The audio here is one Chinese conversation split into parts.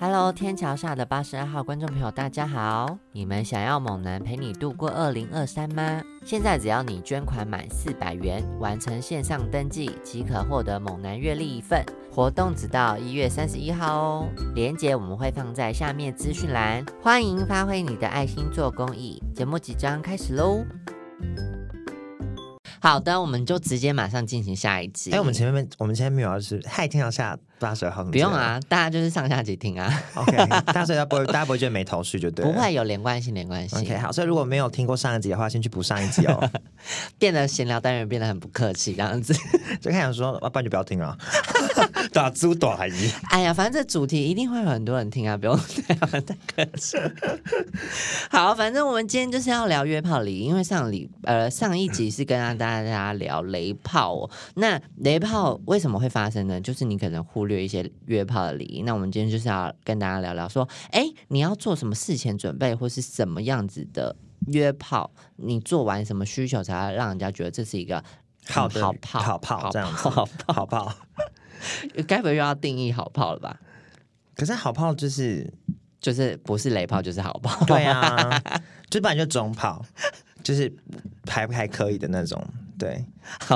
Hello，天桥下的八十二号观众朋友，大家好！你们想要猛男陪你度过二零二三吗？现在只要你捐款满四百元，完成线上登记，即可获得猛男月历一份。活动直到一月三十一号哦，链接我们会放在下面资讯栏，欢迎发挥你的爱心做公益。节目即将开始喽！好的，我们就直接马上进行下一集。哎、我们前面我们前面没有要是嗨，听到下八十二号，嗯不用。啊，大家就是上下集听啊， OK，大家所以大家不会大家不会觉得没头绪就对了不。会有连贯性，连贯性。 OK，好，所以如果没有听过上一集的话，先去补上一集 哦。变得闲聊单元变得很不客气这样子。就看想说，啊、不然就不要听了，打猪打鱼。 哎呀，反正这主题一定会有很多人听啊，不用 对他们太客气。 好，反正我们今天就是要聊约炮礼仪，因为上礼呃上一集是跟大家聊雷炮哦。那雷炮为什么会发生呢？就是你可能忽略一些约炮的礼仪。那我们今天就是要跟大家聊聊说，哎，你要做什么事前准备，或是什么样子的约炮，你做完什么需求，才会让人家觉得这是一个很好的好炮嗯好炮这样子好炮 好炮，呃该不会又要定义好炮了吧？可是好炮就是就是不是雷炮就是好炮， 对啊，就不然就中炮，就是还还可以的那种。对，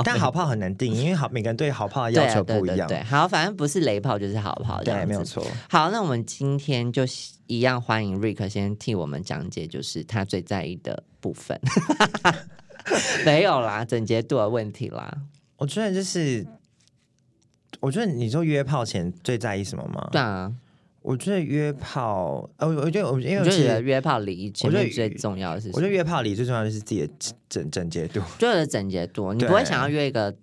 但好炮很难定义，因为好每个人对好炮的哦对要啊求不一样。对对对，好，反正不是雷炮就是好炮，这对样没有子。错。好，那我们今天就一样欢迎瑞克先替我们讲解，就是他最在意的部分。 没有啦，整洁度的问题啦。我觉得就是，我觉得你说约炮前最在意什么吗？对啊，我觉得约炮，呃，我我觉得我因你为觉得其你的实约炮礼仪前我面觉得最重要的是什我觉得么？约炮里最重要的就是自己的整整洁度。就是整洁度，你对不会想要约一个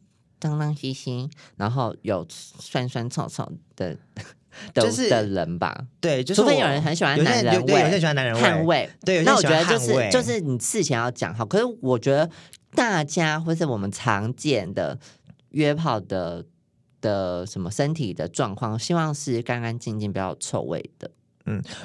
脏脏兮兮，然后有酸酸臭臭的 的、就是的人吧？对，就是除非我有人很喜欢有些男人有对有些味喜、欢男人汗味，味，对，有些那我喜觉欢得就汗味是就是你事前要讲好，可是我觉得大家或是我们常见的约炮的的什么身体的状况，希望是干干净净，不要有臭味的。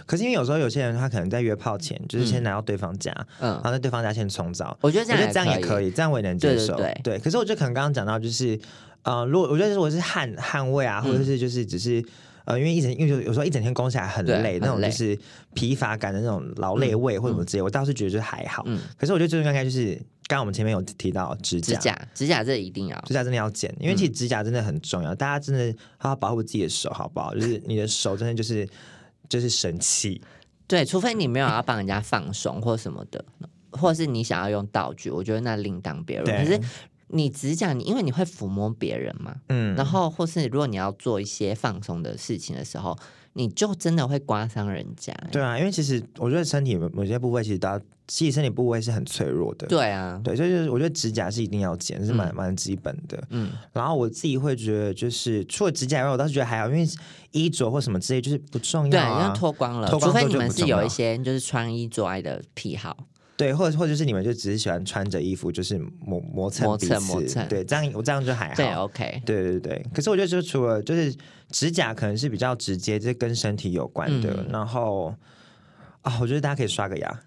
可是因为有时候有些人他可能在约炮前，就是先来到对方家，嗯然，后在对方家先冲澡，我觉得我这觉得样这样也可以。以，这样我也能接受。对对可是我就可能刚刚讲到，就是呃，如果我觉得如果是汗汗味啊，嗯或者是就是只是。呃，因为一整，因为有有时候一整天工起来很对累，那很种累就是疲乏感的那种劳累味或者什么之类，我倒是觉得就还好。嗯，可是我觉得最应该就是，刚刚我们前面有提到指指甲，甲嗯指甲这一定要。指甲真的要剪，因为其实指甲真的很重要，大家真的好好保护自己的手，好不好？就是你的手真的就是就是神器，对，除非你没有要帮人家放松或什么的，或是你想要用道具，我觉得那另当别论。对可是你指甲，你因为你会抚摸别人嘛，嗯，然后或是如果你要做一些放松的事情的时候，你就真的会刮伤人家、欸对啊，因为其实我觉得身体某某些部位其实大家，其实身体部位是很脆弱的。对啊，对，所以就是我觉得指甲是一定要剪，是蛮蛮基本的。嗯，然后我自己会觉得，就是除了指甲以外，我倒是觉得还好，因为衣着或什么之类就是不重对，要因啊为。脱光了，脱光除非之后你就们不是重有要一些就是穿衣做爱的癖好，对，或者或者就是你们就只是喜欢穿着衣服，就是磨磨蹭磨彼蹭磨此蹭对，这样我这样就还好。对，OK，哦对对对，可是我觉得就除了就是指甲可能是比较直接，这跟身体有关的。嗯然后啊、我觉得大家可以刷个牙。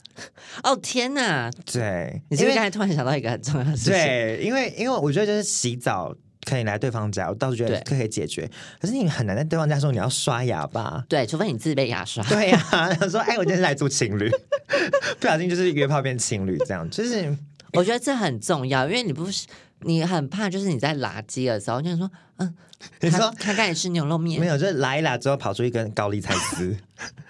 哦天哪，对，你是不是因刚才为突然想到一个很重要的事情？对，因为因为我觉得就是洗澡可以来对方家，我倒是觉得可以解决。可是你很难在对方家说你要刷牙 吧？对，除非你自备牙刷，对呀、他说哎，我今天是来做情侣， 不小心就是约炮变情侣这样，就是我觉得这很重要，因为你不是你很怕，就是你在拉鸡的时候，就是说，嗯，你他说他刚才吃牛肉面没，有，就是拉一拉之后跑出一根高丽菜丝。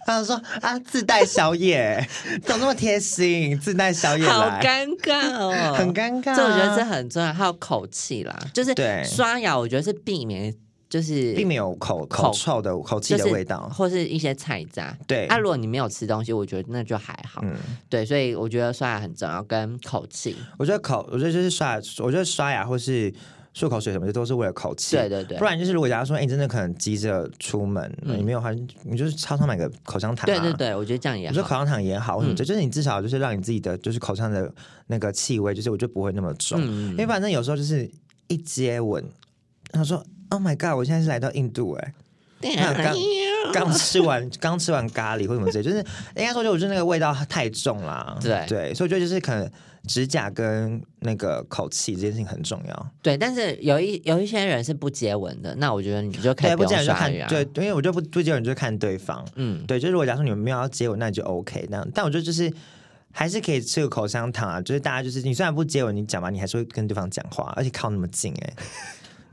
他就说啊，自带宵夜，怎么那么贴心？自带宵夜好来，尴尬哦， 很尴尬啊、这我觉得这很重要，还有口气啦，就是对刷牙，我觉得是避免就是并没有口口口臭的口就气是的味道。或是一些菜渣。对啊，如果你没有吃东西，我觉得那就还好。嗯对，所以我觉得刷牙很重要，跟口气。我觉得口，我觉得就是刷，我觉得刷牙或是漱口水什么的都是为了口气。对对对不，然就是如果假如说，哎、你真的可能急着出门，呃嗯你没有话，你就是超商买个口香糖、啊。对对。对，我觉得这样也我说口好。香糖也好，或什么嗯之类就是你至少就是让你自己的就是口腔的那个气味，就是我就不会那么重。嗯因为反正有时候就是一接吻，他说：“Oh my god！我现在是来到印度哎、对那刚 刚吃完刚吃完咖喱或什么之类，就是应该说就我觉得那个味道太重啦。对对，所以我觉得就是可能指甲跟那个口气这件事情很重要。对，但是有一有一些人是不接吻的，那我觉得你就可以对，不不用啊接吻就刷看牙。对，，因为我就不不接吻就看对方。嗯，对，就如果假设你们没有要接吻，那你就 OK 那样。但我觉得就是还是可以吃个口香糖啊，就是大家就是你虽然不接吻，你讲吧，你还是会跟对方讲话，而且靠那么近 哎、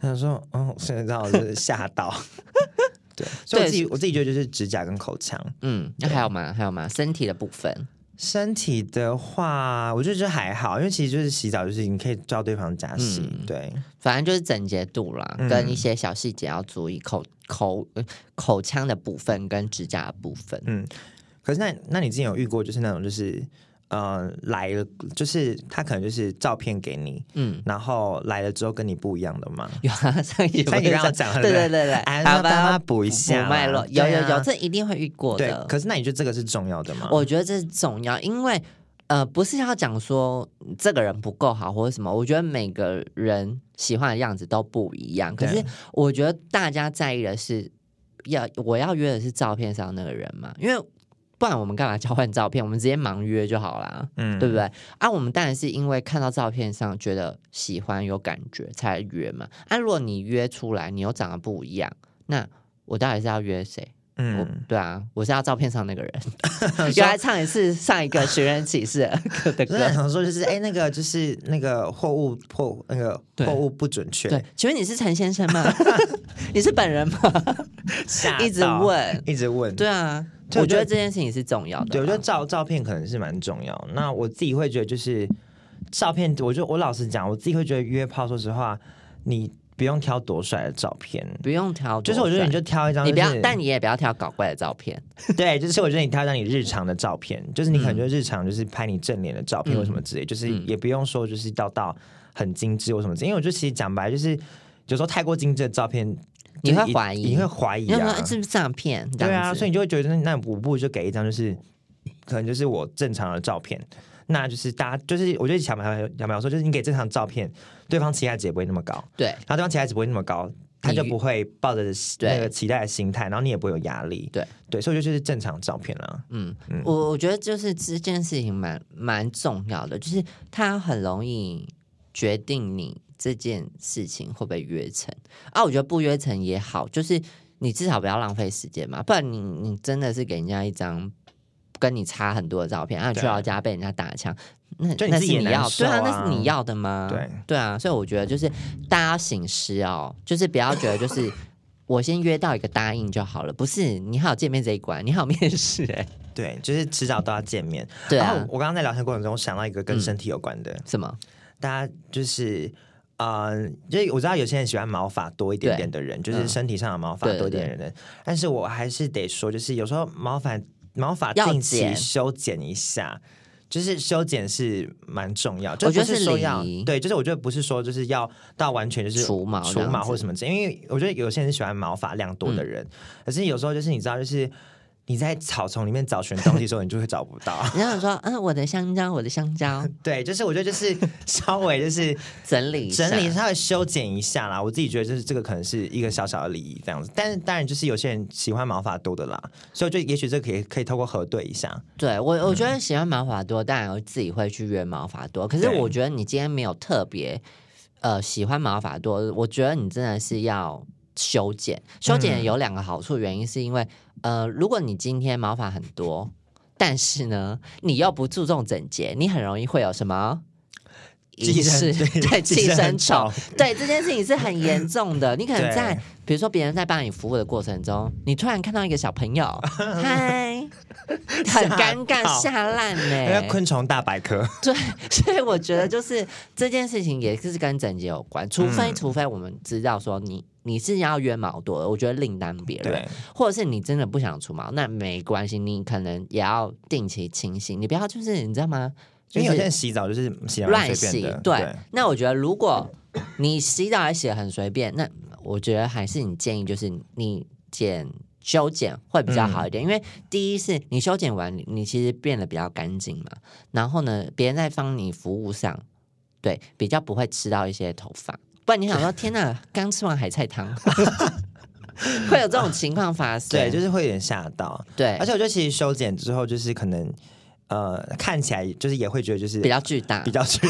他想说，哦，现在让我就是吓到。对，所以我对自己我自己觉得就是指甲跟口腔。嗯，那还有吗？还有吗？身体的部分，身体的话，我觉得就还好，因为其实就是洗澡，就是你可以照对方家洗，嗯对，反正就是整洁度啦，嗯跟一些小细节要注意，口口呃口腔的部分跟指甲的部分。嗯。可是那那你之前有遇过就是那种就是呃来了，就是他可能就是照片给你，嗯，然后来了之后跟你不一样的吗？ 有啊，上一集上不一集是刚刚讲了对对对不对对，哎好那帮他吧，补一下啦脉络，有对有有，啊这一定会遇过对的，。可是那你觉得这个是重要的吗？我觉得这是重要，因为呃，不是要讲说嗯这个人不够好或者什么，我觉得每个人喜欢的样子都不一样。可对是我觉得大家在意的是要我要约的是照片上那个人嘛，因为不然我们干嘛交换照片？我们直接盲约就好啦。嗯对不对？啊，我们当然是因为看到照片上觉得喜欢有感觉才约嘛。啊，如果你约出来，你又长得不一样，那我到底是要约谁？我嗯，对啊，我是要照片上那 个人。原来唱一次上一个寻人启事的我在 歌。想说就是哎、那个就是那个货物货那个对货物不准确，对，请问你是陈先生 吗？ 你是本人吗？吓一直到 问。一直问，对啊，对我我觉觉得得这件事情是重要的啦。啊对，我觉得照照片可能是蛮重要。那我自己会觉得就是照片，我就我老实讲，我自己会觉得约炮，说实话，你不用挑多帅的照片。不用挑多就帅，是我觉得你就挑一张、你不就是要，但你也不要挑搞怪的照片。对，就是我觉得你挑一张你日常的照片，就是你可能就日常就是拍你正脸的照片嗯或什么之类，就是嗯也不用说就是要到很精致或什么之类，因为我就其实讲白就是有时候太过精致的照片，你会就是一怀疑你会怀疑你有哎没啊有，是不是诈骗？这对样啊，子所以你就会觉得那五步就给一张，就是可能就是我正常的照片，那就是大家就是我觉得小苗小苗说，就是你给正常照片，对方期待值也不会那么高，对然后对方期待值不会那么高，他就不会抱着对那个期待的心态，然后你也不会有压力，对对，所以我觉得就是正常照片啦，嗯嗯，我我觉得就是这件事情蛮蛮重要的，就是它很容易决定你这件事情会不会约成啊。我觉得不约成也好，就是你至少不要浪费时间嘛，不然你你真的是给人家一张跟你差很多的照片，啊，你去对到家被人家打枪，那就你那自是己也你难要对啊，受那啊是你要的吗？对对啊，所以我觉得就是大家要醒狮哦，就是不要觉得就是 我先约到一个答应就好了，不是你还有见面这一关，你还有面试哎、对，就是迟早都要见面。对然啊后，我刚刚在聊天过程中，我想到一个跟嗯身体有关的，什么？大家就是。呃，就是我知道有些人喜欢毛发多一点点的人，就是嗯身体上的毛发对多一点的人，但是我还是得说，就是有时候毛发毛发要定期剪修剪一下，就是修剪是蛮重要，就我觉不得是是说礼要仪对，就是我觉得不是说就是要到完全就是除毛除这样毛子嗯或者什么之类，因为我觉得有些人是喜欢毛发量多的人，可是有时候就是你知道就是。你在草丛里面找寻东西的时候，你就会找不到。 你想说，嗯，我的香蕉，我的香 蕉，对，就是我觉得就是稍微就是整理一下整理稍微修剪一下啦。我自己觉得就是这个可能是一个小小的礼仪这样子，但是当然就是有些人喜欢毛发多的啦，所以就也许这可以可以透过核对一下。对我，我觉得喜欢毛发多，当然我自己会去约毛发多。可是对我觉得你今天没有特别呃喜欢毛发多，我觉得你真的是要修剪。修剪嗯有两个好处，原因是因为呃，如果你今天毛发很多，但是呢，你又不注重整洁，你很容易会有什么？寄生疑似对寄生虫，，寄对这件事情是很严重的。你可能对在比如说别人在帮你服务的过程中，你突然看到一个小朋友， 嗨，很尴尬，到吓 烂因为呢。昆虫大百科，对，所以我觉得就是这件事情也是跟整洁有关，除非、嗯除非我们知道说你你是要约毛多的，我觉得另当别论。对，或者是你真的不想除毛，那没关系，你可能也要定期清洗，你不要就是你知道吗？就因为有些是人洗澡就是洗澡乱随洗便的，。对，那我觉得如果你洗澡也洗的很随便，那我觉得还是你建议就是你剪修剪会比嗯较好一点，因为第一是你修剪完，你你其实变得比较干净嘛，然后呢，别人在帮你服务上，对，比较不会吃到一些头发。不然你想说，天哪，刚吃完海菜汤， 会有这种情况发生。对，就是会有点吓到。对，而且我觉得其实修剪之后，就是可能呃看起来就是也会觉得就是比较巨大，比较去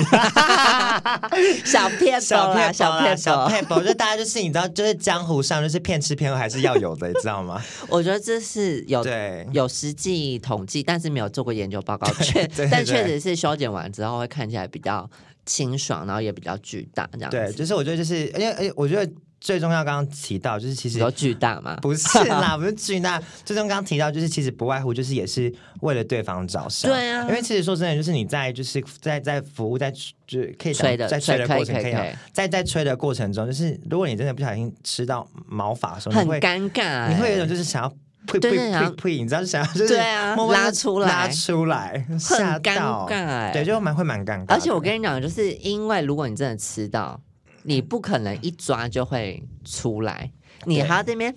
小骗子小啦，骗小骗骗小子。骗宝，就大家就是你知道，就是江湖上就是骗吃骗喝还是要有的，你知 道吗？我觉得这是有对有实际统计，但是没有做过研究报告，确嗯 对对但确实是修剪完之后会看起来比较清爽，然后也比较巨大这样对，子。就是我觉得就是，而且而且我觉得最重要，刚刚提到就是其比实较巨大嘛，不是 啦，不是巨大。最终刚刚提到，就是其实不外乎就是也是为了对方着想。对啊因为其实说真的，就是你在就是在在服务在就是可以讲吹的在吹的吹可以过程可以可以讲可以在在吹的过程中，就是如果你真的不小心吃到毛发的时候，很你会尴尬欸、你会有一种就是想要呸对呸对啊呸呸，你知道就想要就是对啊默默拉出来拉出来，很吓尴到尬欸对，就蛮会蛮尴尬的。而且我跟你讲，就是因为如果你真的吃到，你不可能一抓就会出来，你还要这边，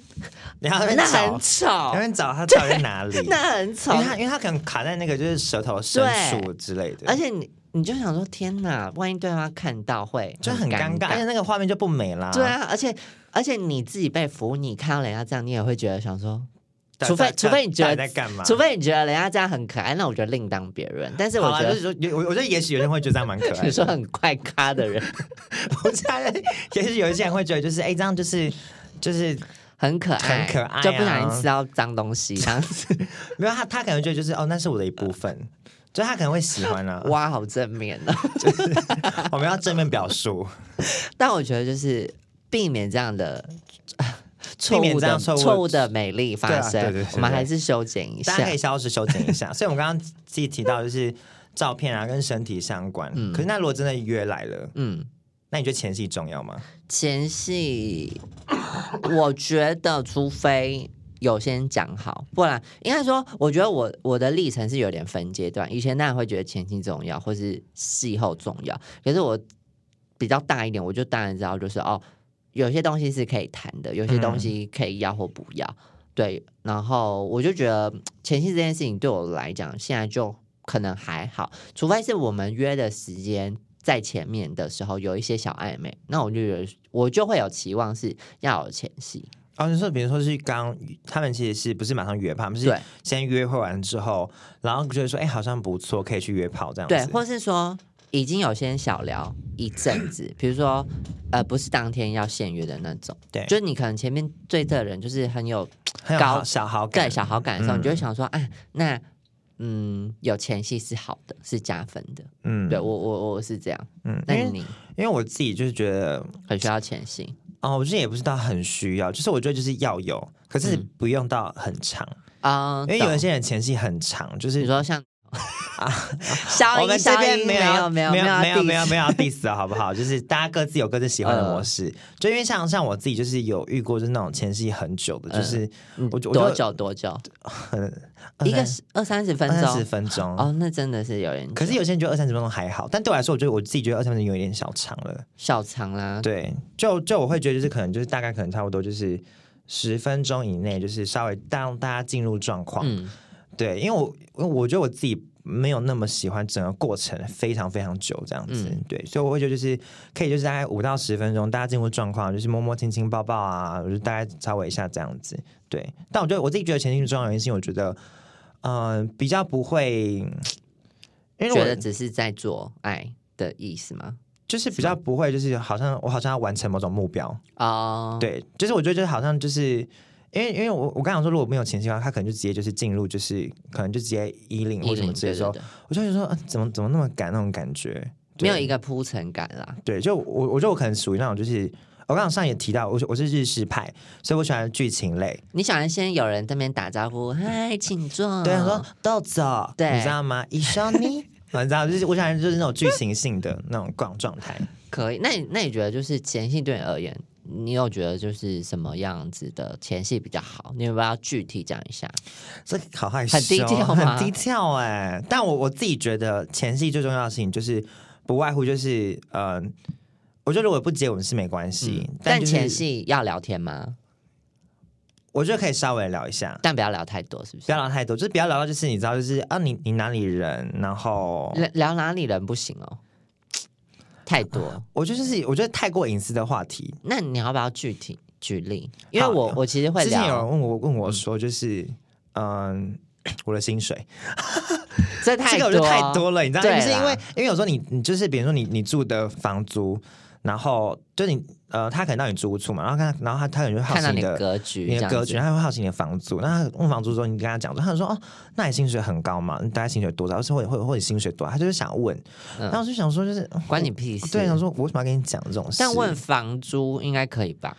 你要在那那边找，很你丑，要在那边找它到底在哪里？ 那很丑啊因为，它因为它可能卡在那个就是舌头深处之类的，而且你你就想说，天哪，万一对方看到会就很尴尴尬，而且那个画面就不美啦。对，啊，而且而且你自己被服务，你看到人家这样，你也会觉得想说，到除非到除非你觉得到底在干嘛？除非你觉得人家这样很可爱，那我觉得另当别论。但是我好啦觉就是得。说，有我我觉得也许有些人会觉得这样蛮可爱 的。你说 很快咖的人不是啊，也许有一些人会觉得就是哎，这样就是就是很可爱，很可爱啊就不小心吃到脏东西，这样子没有他，他可能觉得就是哦，那是我的一部分，就他可能会喜欢啊。哇，好正面啊！我们要正面表述， 但我觉得就是避免这样的错避免误这样的错误错误的美丽对发啊生，对对对我们对还是修剪一大下家可。以稍事修整一下。所以我们刚刚自己提到就是照片啊，跟身体相关。嗯可是那如果真的约来了，嗯，那你觉得前戏重要吗？前戏，我觉得除非有先讲好，不然应该说，我觉得我我的历程是有点分阶段。以前当然会觉得前期重要，或是事后重要，可是我比较大一点，我就当然知道，就是哦，有些东西是可以谈的，有些东西可以要或不要。对，然后我就觉得嗯前戏这件事情对我来讲，现在就可能还好，除非是我们约的时间在前面的时候有一些小暧昧，那我就有我就会有期望是要有前戏，哦，你说比如说是刚他们其实是不是马上约炮，他们是对先约会完之后，然后觉得说哎好像不错，可以去约炮这样子。对，或是说已经有先小聊一阵 子，比如说呃不是当天要现约的那种，对就是你可能前面对这个人就是很有很有高好小好感更。小好感的时候，嗯你就会想说，哎、那嗯有前戏是好的，是加分的，嗯对我我我是这样，嗯，因那为你因为我自己就是觉得很需要前戏，哦，我觉得也不是到很需要，就是我觉得就是要有，可是嗯不用到很长，啊，因为有懂一些人前戏很长，就是你说像消啊 我音们这消边音没有没没有有有没嗯没有没有有没有 diss 了好不好？就是大家各自有各自喜欢的模式，就因为像像我自己就是有遇过，就是那种前戏很久的，就是嗯我就我就多久多久？很一个是二三十分二三十钟分钟。哦，那真的是有人可是有些人觉得二三十分钟还好，但对我来说，我觉得我自己觉得二三十分钟有一点小长了。小长啦，对，就就我会觉得就是可能就是大概可能差不多就是十分钟以内，就是稍微让大家进入状况。嗯，对，因为我因为我觉得我自己没有那么喜欢整个过程非常非常久这样子，嗯对，所以我会觉得就是可以就是大概五到十分钟，大家进入状况，就是摸摸亲亲抱抱啊，我就大概稍微一下这样子，对。但我觉得我自己觉得前进重要的原因是因为我觉得，嗯、比较不会，因为觉得我只是在做爱的意思吗？就是比较不会，就是好像我好像要完成某种目标，哦，，对，就是我觉得就是好像就是。因为因为我我刚想说，如果没有前戏的话，他可能就直接就是进入就是可能就直接衣领或一什零么之对类的时对候，对，我就觉得说，啊、怎么怎么那么赶那种感觉？对没有一个铺陈感啦，对，就我我觉得我可能属于那种就是。我刚刚上也提到，我是我是日式派，所以我喜欢剧情类。你想先有人在那边打招呼，嗨，请坐，对，他啊说豆走，嗯对你知道吗？一双你， 你知道，就是我喜欢就是那种剧情性的那种逛状态。可以。那你那你觉得就是前戏对你而言，你有觉得就是什么样子的前戏比较好？你有没有要具体讲一下？这个好害羞，很低调吗很低调哎、但我我自己觉得前戏最重要的事情就是不外乎就是呃，我觉得如果不接吻是没关系，嗯但嗯就是前戏要聊天吗？我觉得可以稍微聊一下，但不要聊太多，是不不是要？聊太多，就是不要聊到就是你知道就是啊你你哪里人，然后聊聊哪里人不行哦，太多。我觉得就是我觉得太过隐私的话题，那你要不要具体举例？因为好我我其实会之前有聊 人问我问我说就是嗯。我的薪水，这这太个多我觉得太多了，你知道，对啦不是因为因为有时候你你就是比如说你你住的房租，然后就你呃，他可能让你租屋处嘛，然后看然后他他可能就好看到奇你的格局，这你的样格子局，他会好奇你的房租。那他问房租之后，你跟他讲说，他就说哦，那你薪水很高嘛？你大概薪水多少？或是会会或者薪水多少？他就是想问，嗯然后我就想说就是关你屁事。哦对，想说我为什么要跟你讲这种事？但问房租应该可以吧？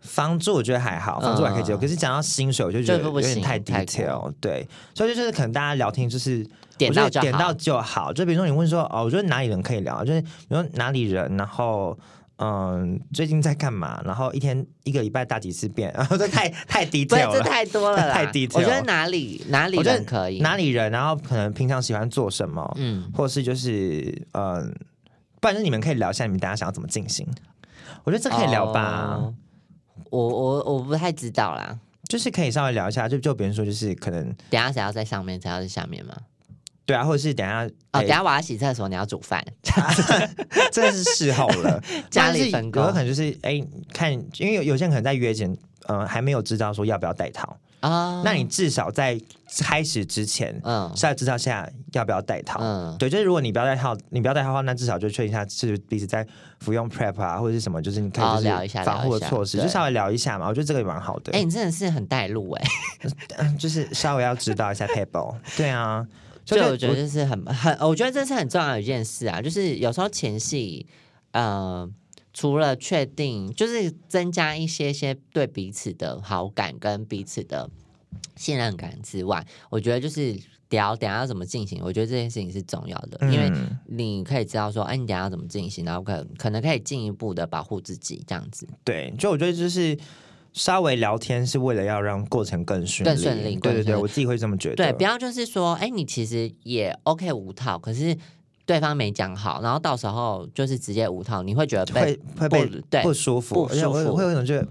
房租我觉得还好，房租我还可以接受。嗯可是讲到薪水，我就觉这得个有不行点太太 detail。对，所以就是可能大家聊天就是点我到觉得就点到好。就好。就比如说你问说哦，我觉得哪里人可以聊，就是比如说哪里人，然后。嗯，最近在干嘛？然后一天一个礼拜打几次遍？然后 这太太不是 detail 了，，这太多了啦。 太 detail 我觉得哪里哪里我觉得人可以，哪里人，然后可能平常喜欢做什么，嗯，或是就是呃，不然就是你们可以聊一下你们大家想要怎么进行。我觉得这可以聊吧，哦我我我不太知道啦，就是可以稍微聊一下，就就比如说就是可能等一下谁要在上面，谁要在下面吗？对啊，或者是等一下哦，哎 等一下我要洗厕所，你要煮饭。真的是事后了， 家里但是分工有可能就是哎、看，因为有有些人可能在约前，呃，还没有知道说要不要带套，哦，那你至少在开始之前嗯是要知道下要不要带套，嗯对，就是如果你不要戴套，你不要戴套的话，那至少就确定一下是不是彼此在服用 prep 啊，或者是什么，就是你可哦以就聊一是下防护聊一的下措施，对就稍微聊一下嘛。我觉得这个也蛮好的，哎、你真的是很带路哎、嗯 就是稍微要知道一下 table。对啊，所 所以以我觉得 这是很很，我觉得这是很重要的一件事啊，就是有时候前戏，呃，除了确定，就是增加一些些对彼此的好感跟彼此的信任感之外，我觉得就是聊等一下要怎么进行，我觉得这件事情是重要的，因为嗯你可以知道说，哎、你等一下要怎么进行，然后可可能可以进一步的保护自己，这样子对，就我觉得就是。稍微聊天是为了要让过程更顺利，更顺利对对更顺对，利我自己会这么觉得。对，不要就是说，哎、你其实也 OK 无套，可是对方没讲好，然后到时候就是直接无套，你会觉得被会会被不对不舒服，不而且舒服我会有一种觉得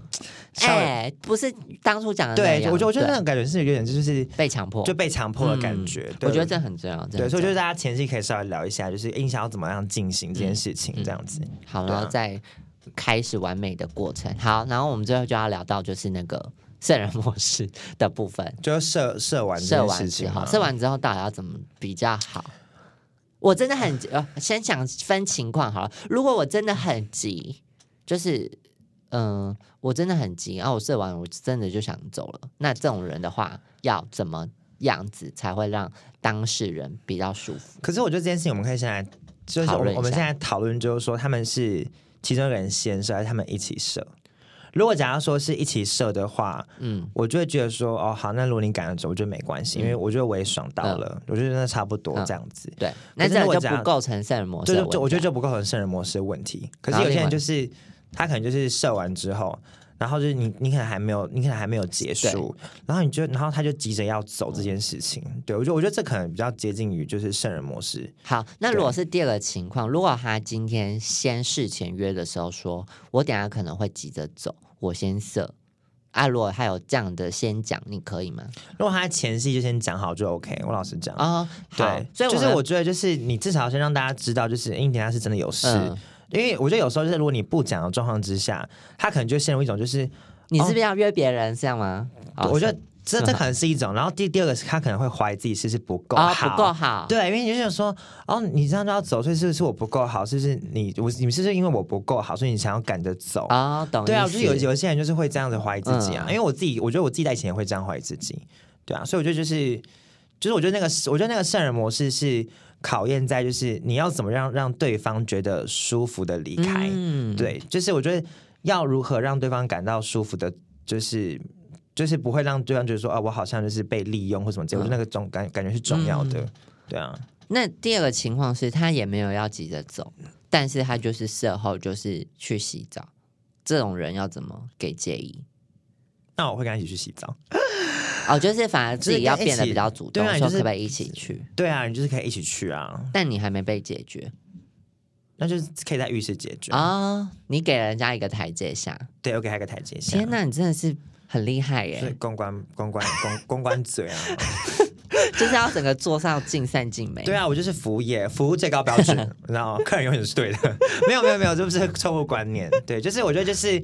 稍微哎、不是当初讲的那对，样我觉得我觉得对那种感觉是有点就是被强迫，就被强迫的感觉。嗯对我觉得这很重要。这对，很重所以我觉得要大家前期可以稍微聊一下，就是诶你想要怎么样进行这嗯件事情，这样子。好，对啊然后再开始完美的过程。好，然后我们最后就要聊到就是那个圣人模式的部分，就射射完这射件完事之情后，嘛，射完之后到底要怎么比较好？我真的很急呃，先想分情况好了。如果我真的很急，就是嗯、呃我真的很急，然、后我射完我真的就想走了。那这种人的话，要怎么样子才会让当事人比较舒服？可是我觉得这件事情我们可以先来，就是讨我论一们下我们现在讨论就是说他们是其中一个人先射，还是他们一起射？如果假如说是一起射的话，嗯，我就会觉得说，哦，好，那如果你赶得走，我觉得没关系，因为我觉得我也爽到了，我觉得那差不多嗯这样子。对，那可是这如果个这就样不构成圣人模式就的就问题就啊。我觉得就不构成圣人模式的问题。可是然后有些另外人就是他可能就是射完之后，然后就是你你可能还没有你可能还没有结束，然后你就然后他就急着要走这件事情。对我觉得我觉得这可能比较接近于就是圣人模式。好，那对如果是第二个情况，如果他今天先事前约的时候说，我等一下可能会急着走，我先射。啊，如果他有这样的先讲，你可以吗？如果他前戏就先讲好就 OK，我老实讲。哦，好对，所以就是们我觉哦得，就是你至少先让大家知道，就是因为他是真的有事，嗯因为我觉得有时候就是如果你不讲的状况之下，他可能就陷入一种就是你是不是要约别人这样吗？哦我觉是得这这可能是一种，然后第第二个是他可能会怀疑自己是不是不够哦好，不够好，对，因为你就想说，哦，你这样就要走，所以是不是我不够好？是不是你我你是不是因为我不够好，所以你想要赶着走？哦，懂对啊，意就是有思有些人就是会这样子怀疑自己啊，嗯因为我自己，我觉得我自己在以前也会这样怀疑自己，对啊，所以我觉得就是就是我觉得那个我觉得那个圣人模式是考验在就是你要怎么让让对方觉得舒服的离开，嗯，对，就是我觉得要如何让对方感到舒服的，就是。就是不会让对方觉得说啊，我好像就是被利用或什么之类，我觉嗯得那个重感感觉是重要的，对啊。那第二个情况是他也没有要急着走，但是他就是事后就是去洗澡，这种人要怎么给建议？那我会跟他一起去洗澡。哦，就是反而自就是己跟要一变得起比较主对动，啊你说就可是不可以一起去？对啊，你就是可以一起去啊，但你还没被解决那就是可以在浴室解决。啊、哦你给人家一个台阶下。对，我啊给他一个台阶下。天哪，你真的是很厉害所以耶！公关公关公公关嘴啊！ 就是要整个做到尽善尽美。对啊，我就是服务业，服务最高标准， 你知道吗？客人永远是对的。 没有没有没有，这不是错误观念。对，就是我觉得就是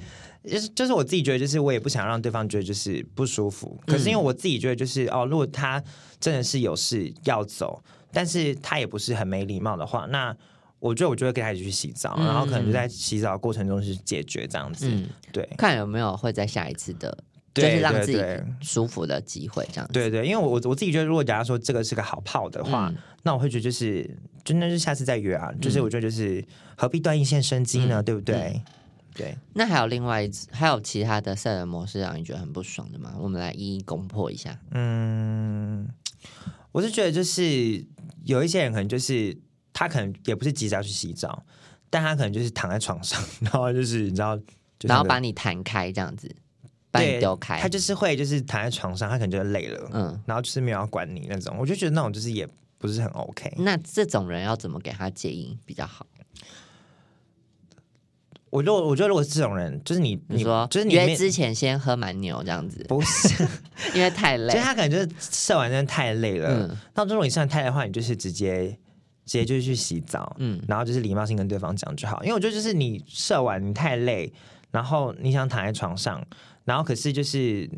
就是就是我自己觉得就是我也不想让对方觉得嗯就是不舒服，可是因为我自己觉得就是哦，如果他真的是有事要走，但是他也不是很没礼貌的话，那我觉得我就会跟他一起去洗澡，嗯然后可能就在洗澡的过程中去解决这样子。嗯，对，看有没有会在下一次的，就对是让对自己对舒服的机会，这样子。对对，因为我我自己觉得，如果假如说这个是个好炮的话，嗯那我会觉得就是真的是下次再约啊，就是我觉得就是何必断一线生机嗯呢？对不对？对，那还有另外一次，还有其他的赛人模式让你觉得很不爽的吗？我们来一一攻破一下。嗯，我是觉得就是有一些人可能就是他可能也不是急着要去洗澡，但他可能就是躺在床上， 然后就是你知道，就是然后那个把你弹开，这样子，把你对丢开。他就是会就是躺在床上，他可能就累了，嗯，然后就是没有要管你那种，我就觉得那种就是也不是很 OK。那这种人要怎么给他建议比较好？我如果我觉得如果是这种人，就是你你你说，就是你约面之前先喝满牛这样子，不是，因为太 就是累。他可能就是射完真的太累了。嗯那、如果你上太累的话，你就是直接直接就是去洗澡，嗯然后就是礼貌性跟对方讲就好。因为我觉得就是你射完你太累，然后你想躺在床上，然后可是就是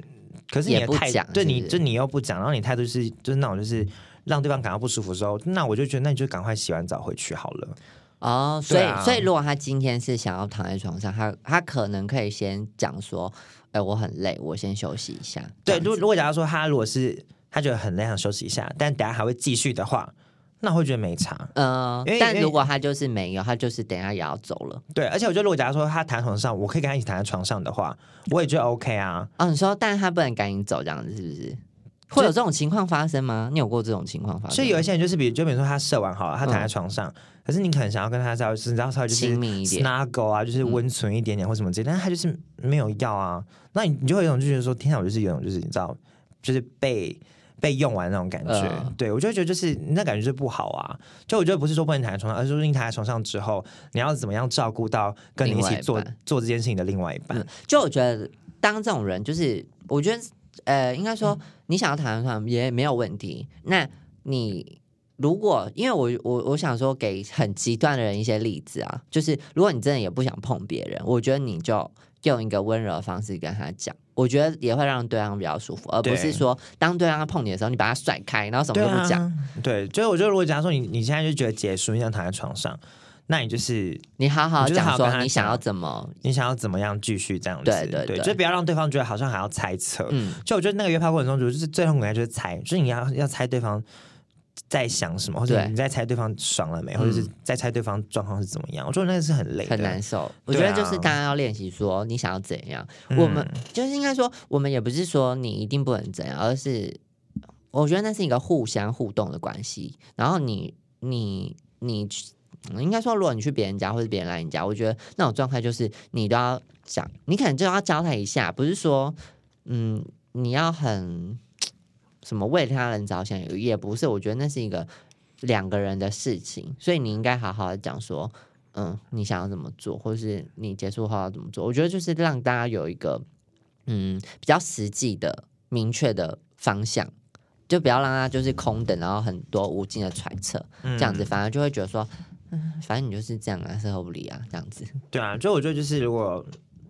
可是你也的不态讲对是不你是就你又不讲，然后你态度是就是那种就是让对方感到不舒服的时候，那我就觉得那你就赶快洗完澡回去好了。哦，所以、对啊所以如果他今天是想要躺在床上，他他可能可以先讲说，哎、我很累，我先休息一下。这对，样如子如果假如说他如果是他觉得很累想休息一下，但等下还会继续的话，那我会觉得没差。呃因为，但因为如果他就是没有，他就是等一下也要走了。对，而且我觉得，如果假如说他躺在床上，我可以跟他一起躺在床上的话，我也觉得 OK 啊。哦，你说，但他不能赶紧走，这样子是不是？会有这种情况发生吗？你有过这种情况发生吗？所以有一些人就是比如，就比如说他射完好了，他躺在嗯床上，可是你可能想要跟他稍微，就是你知道稍微就是亲密一点 snuggle 啊，就是温存一点点或什么之类，但是他就是没有要啊，那你你就会有一种就觉得说，天啊，我就是有一种就是你知道，就是被。被用完那种感觉，嗯对我就会觉得就是那感觉就不好啊。就我觉得不是说不能躺在床上，而是说你躺在床上之后，你要怎么样照顾到跟你一另起外一做半做这件事情的另外一半。嗯就我觉得，当这种人，就是我觉得，呃，应该说，嗯你想要谈的上也没有问题。那你如果，因为我我我想说，给很极端的人一些例子啊，就是如果你真的也不想碰别人，我觉得你就用一个温柔的方式跟他讲。我觉得也会让对方比较舒服，而不对是说当对方碰你的时候，你把他甩开，然后什么对都不讲，啊。对，就是我觉得，如果假如说你你现在就觉得结束，你想躺在床上，那你就是你好好你就是好讲好跟说他你想讲要怎么，你想要怎么样继续这样子，对对对就不要让对方觉得好像还要猜测。嗯，就我觉得那个约炮过程中，就是最痛苦的就是猜，就是你要要猜对方在想什么，或者对你在猜对方爽了没，嗯或者是在猜对方状况是怎么样。我觉得那个是很累的，很难受。我觉对啊得就是大家要练习说你想要怎样，嗯。我们就是应该说，我们也不是说你一定不能怎样，而是我觉得那是一个互相互动的关系。然后你你你去，嗯应该说，如果你去别人家或者别人来你家，我觉得那种状态就是你都要讲，你可能就要交代一下，不是说嗯你要很什么为他人着想，也不是。我觉得那是一个两个人的事情，所以你应该好好的讲说。嗯，你想要怎么做，或是你结束后要怎么做？我觉得就是让大家有一个嗯比较实际的、明确的方向，就不要让它就是空等，然后很多无尽的揣测，嗯这样子反而就会觉得说，嗯，反正你就是这样啊，事后不理啊，这样子。对啊，就我觉得就是如果。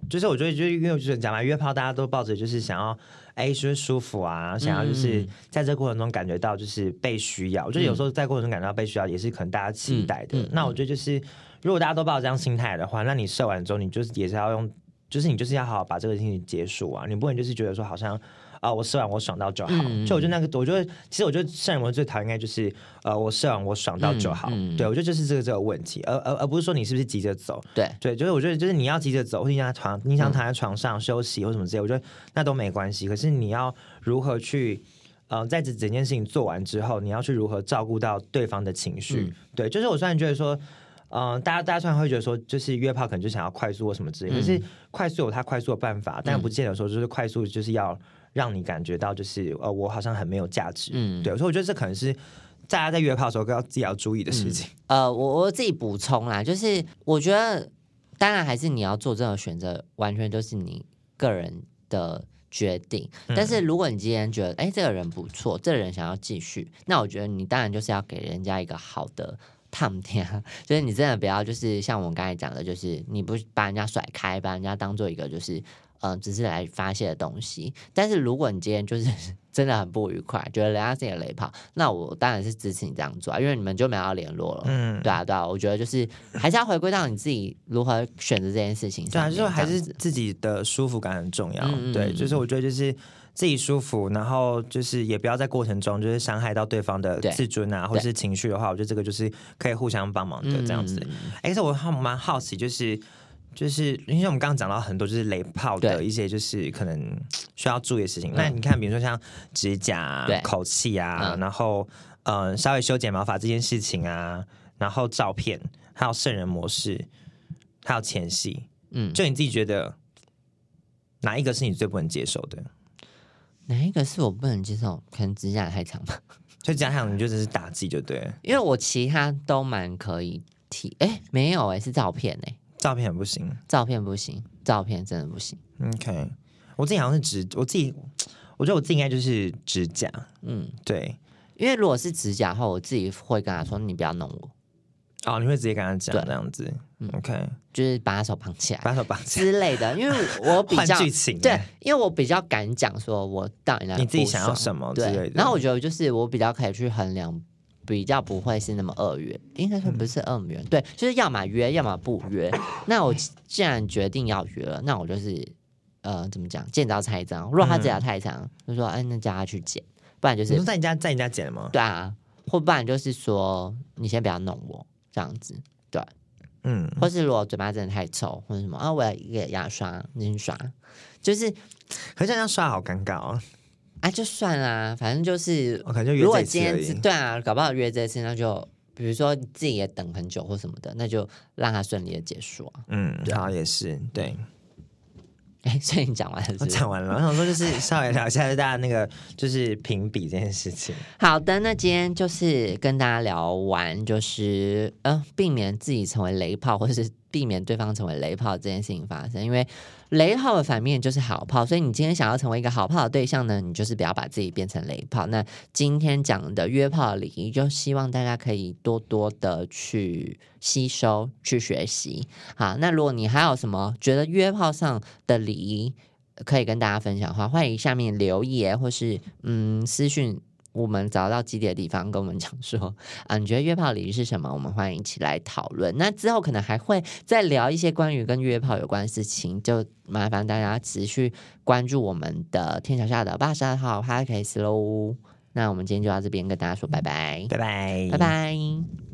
就是我觉得，就是因为就是讲嘛，约炮大家都抱着就是想要，哎，就是舒服啊，想要嗯就是在这过程中感觉到就是被需要。我觉得有时候在过程中感觉到被需要，也是可能大家期待的。嗯嗯那我觉得就是，如果大家都抱着这样心态的话，那你射完之后，你就是也是要用，就是你就是要好好把这个事情结束啊，你不能就是觉得说好像。啊、我射完我爽到就好。嗯嗯就我觉得那个，我觉得其实我觉得射人我最讨厌应该就是，呃，我射完我爽到就好。嗯嗯对我觉得就是这个这个问题，而而而不是说你是不是急着走，对，对，就是我觉得，就是你要急着走，或者你想躺，你嗯想躺在床上休息或什么之类，我觉得那都没关系。可是你要如何去，呃，在这整件事情做完之后，你要去如何照顾到对方的情绪？嗯对，就是我虽然觉得说，嗯、大家大家虽然会觉得说，就是约炮可能就想要快速或什么之类，可嗯是快速有它快速的办法，但不见得说就是快速就是要让你感觉到就是呃，我好像很没有价值。嗯，对，所以我觉得这可能是大家在约炮的时候要自己要注意的事情。呃，我我自己补充啦，就是我觉得，当然还是你要做这种选择，完全都是你个人的决定。但是如果你今天觉得，哎、这个人不错，这个人想要继续，那我觉得你当然就是要给人家一个好的。 探听，就是你真的不要，就是像我们刚才讲的，就是你不把人家甩开，把人家当做一个就是呃，只是来发泄的东西。但是如果你今天就是 真的很不愉快，觉得人家是你的雷炮，那我当然是支持你这样做啊，因为你们就没有要联络了。嗯，对啊，对啊，我觉得就是还是要回归到你自己如何选择这件事情对上啊，面。就是还这是样子自己的舒服感很重要。嗯嗯对，嗯就是我觉得就是自己舒服，然后就是也不要在过程中就是伤害到对方的对自尊啊，或对是情绪的话，我觉得这个就是可以互相帮忙的这样子。嗯嗯嗯哎、可是我好蛮好奇，就是就是因为我们刚刚讲到很多就是雷炮的对一些就是可能需要注意的事情。嗯那你看，比如说像指甲、啊对、口气啊，嗯然后嗯、呃稍微修剪毛发这件事情啊，然后照片，还有圣人模式，还有前戏，嗯，就你自己觉得哪一个是你最不能接受的？哪一个是我不能接受？可能指甲太长吧，就加上你就只是打击，就对了，因为我其他都蛮可以提。哎，没有哎、是照片哎、照片很不行。照片不行，照片真的不行。 OK，我自己好像是指我自己，我觉得我自己应该就是指甲，嗯，对。因为如果是指甲的话，我自己会跟他说：“你不要弄我，哦，你会直接跟他讲对嗯这样子、o k 就是把他手绑起 来把手绑起来，之类的。”因为我比换较剧情，啊对，，因为我比较敢讲说我到底哪里你自己不想要爽什么之类对的，。然后我觉得就是我比较可以去衡量，比较不会是那么二元，应该嗯说不是二元，对，就是要么约，要么不约。那我既然决定要约了，那我就是呃，怎么讲，见招拆招。如果他指嗯甲太长，就说哎，那叫他去剪，不然就你是说在你家在你家剪吗？对啊，或不然就是说你先不要弄我这样子。嗯，或是如果嘴巴真的太臭，或者什么啊，我要一个牙刷，你去刷，就是可是这样刷好尴尬哦，啊，就算啦，反正就是我可能就约如果这一次今而天只已。对啊，搞不好约这次，那就比如说自己也等很久或什么的，那就让他顺利的结束啊。 嗯，好也是，对，哎、所以你讲完了是我不是讲完了。我想说，就是稍微聊一下，就大家那个就是评比这件事情。好的，那今天就是跟大家聊完，就是呃，避免自己成为雷炮，或是避免对方成为雷炮这件事情发生，因为雷炮的反面就是好炮，所以你今天想要成为一个好炮的对象呢，你就是不要把自己变成雷炮。那今天讲的约炮礼仪，就希望大家可以多多的去吸收、去学习。好，那如果你还有什么觉得约炮上的礼仪，可以跟大家分享的话，欢迎下面留言或是嗯私讯我们找到基地的地方，跟我们讲说啊，你觉得约炮礼仪是什么？我们欢迎一起来讨论。那之后可能还会再聊一些关于跟约炮有关的事情，就麻烦大家持续关注我们的天桥下的八十二号 p o d c a s 喽。那我们今天就到这边跟大家说拜拜，拜拜，拜。拜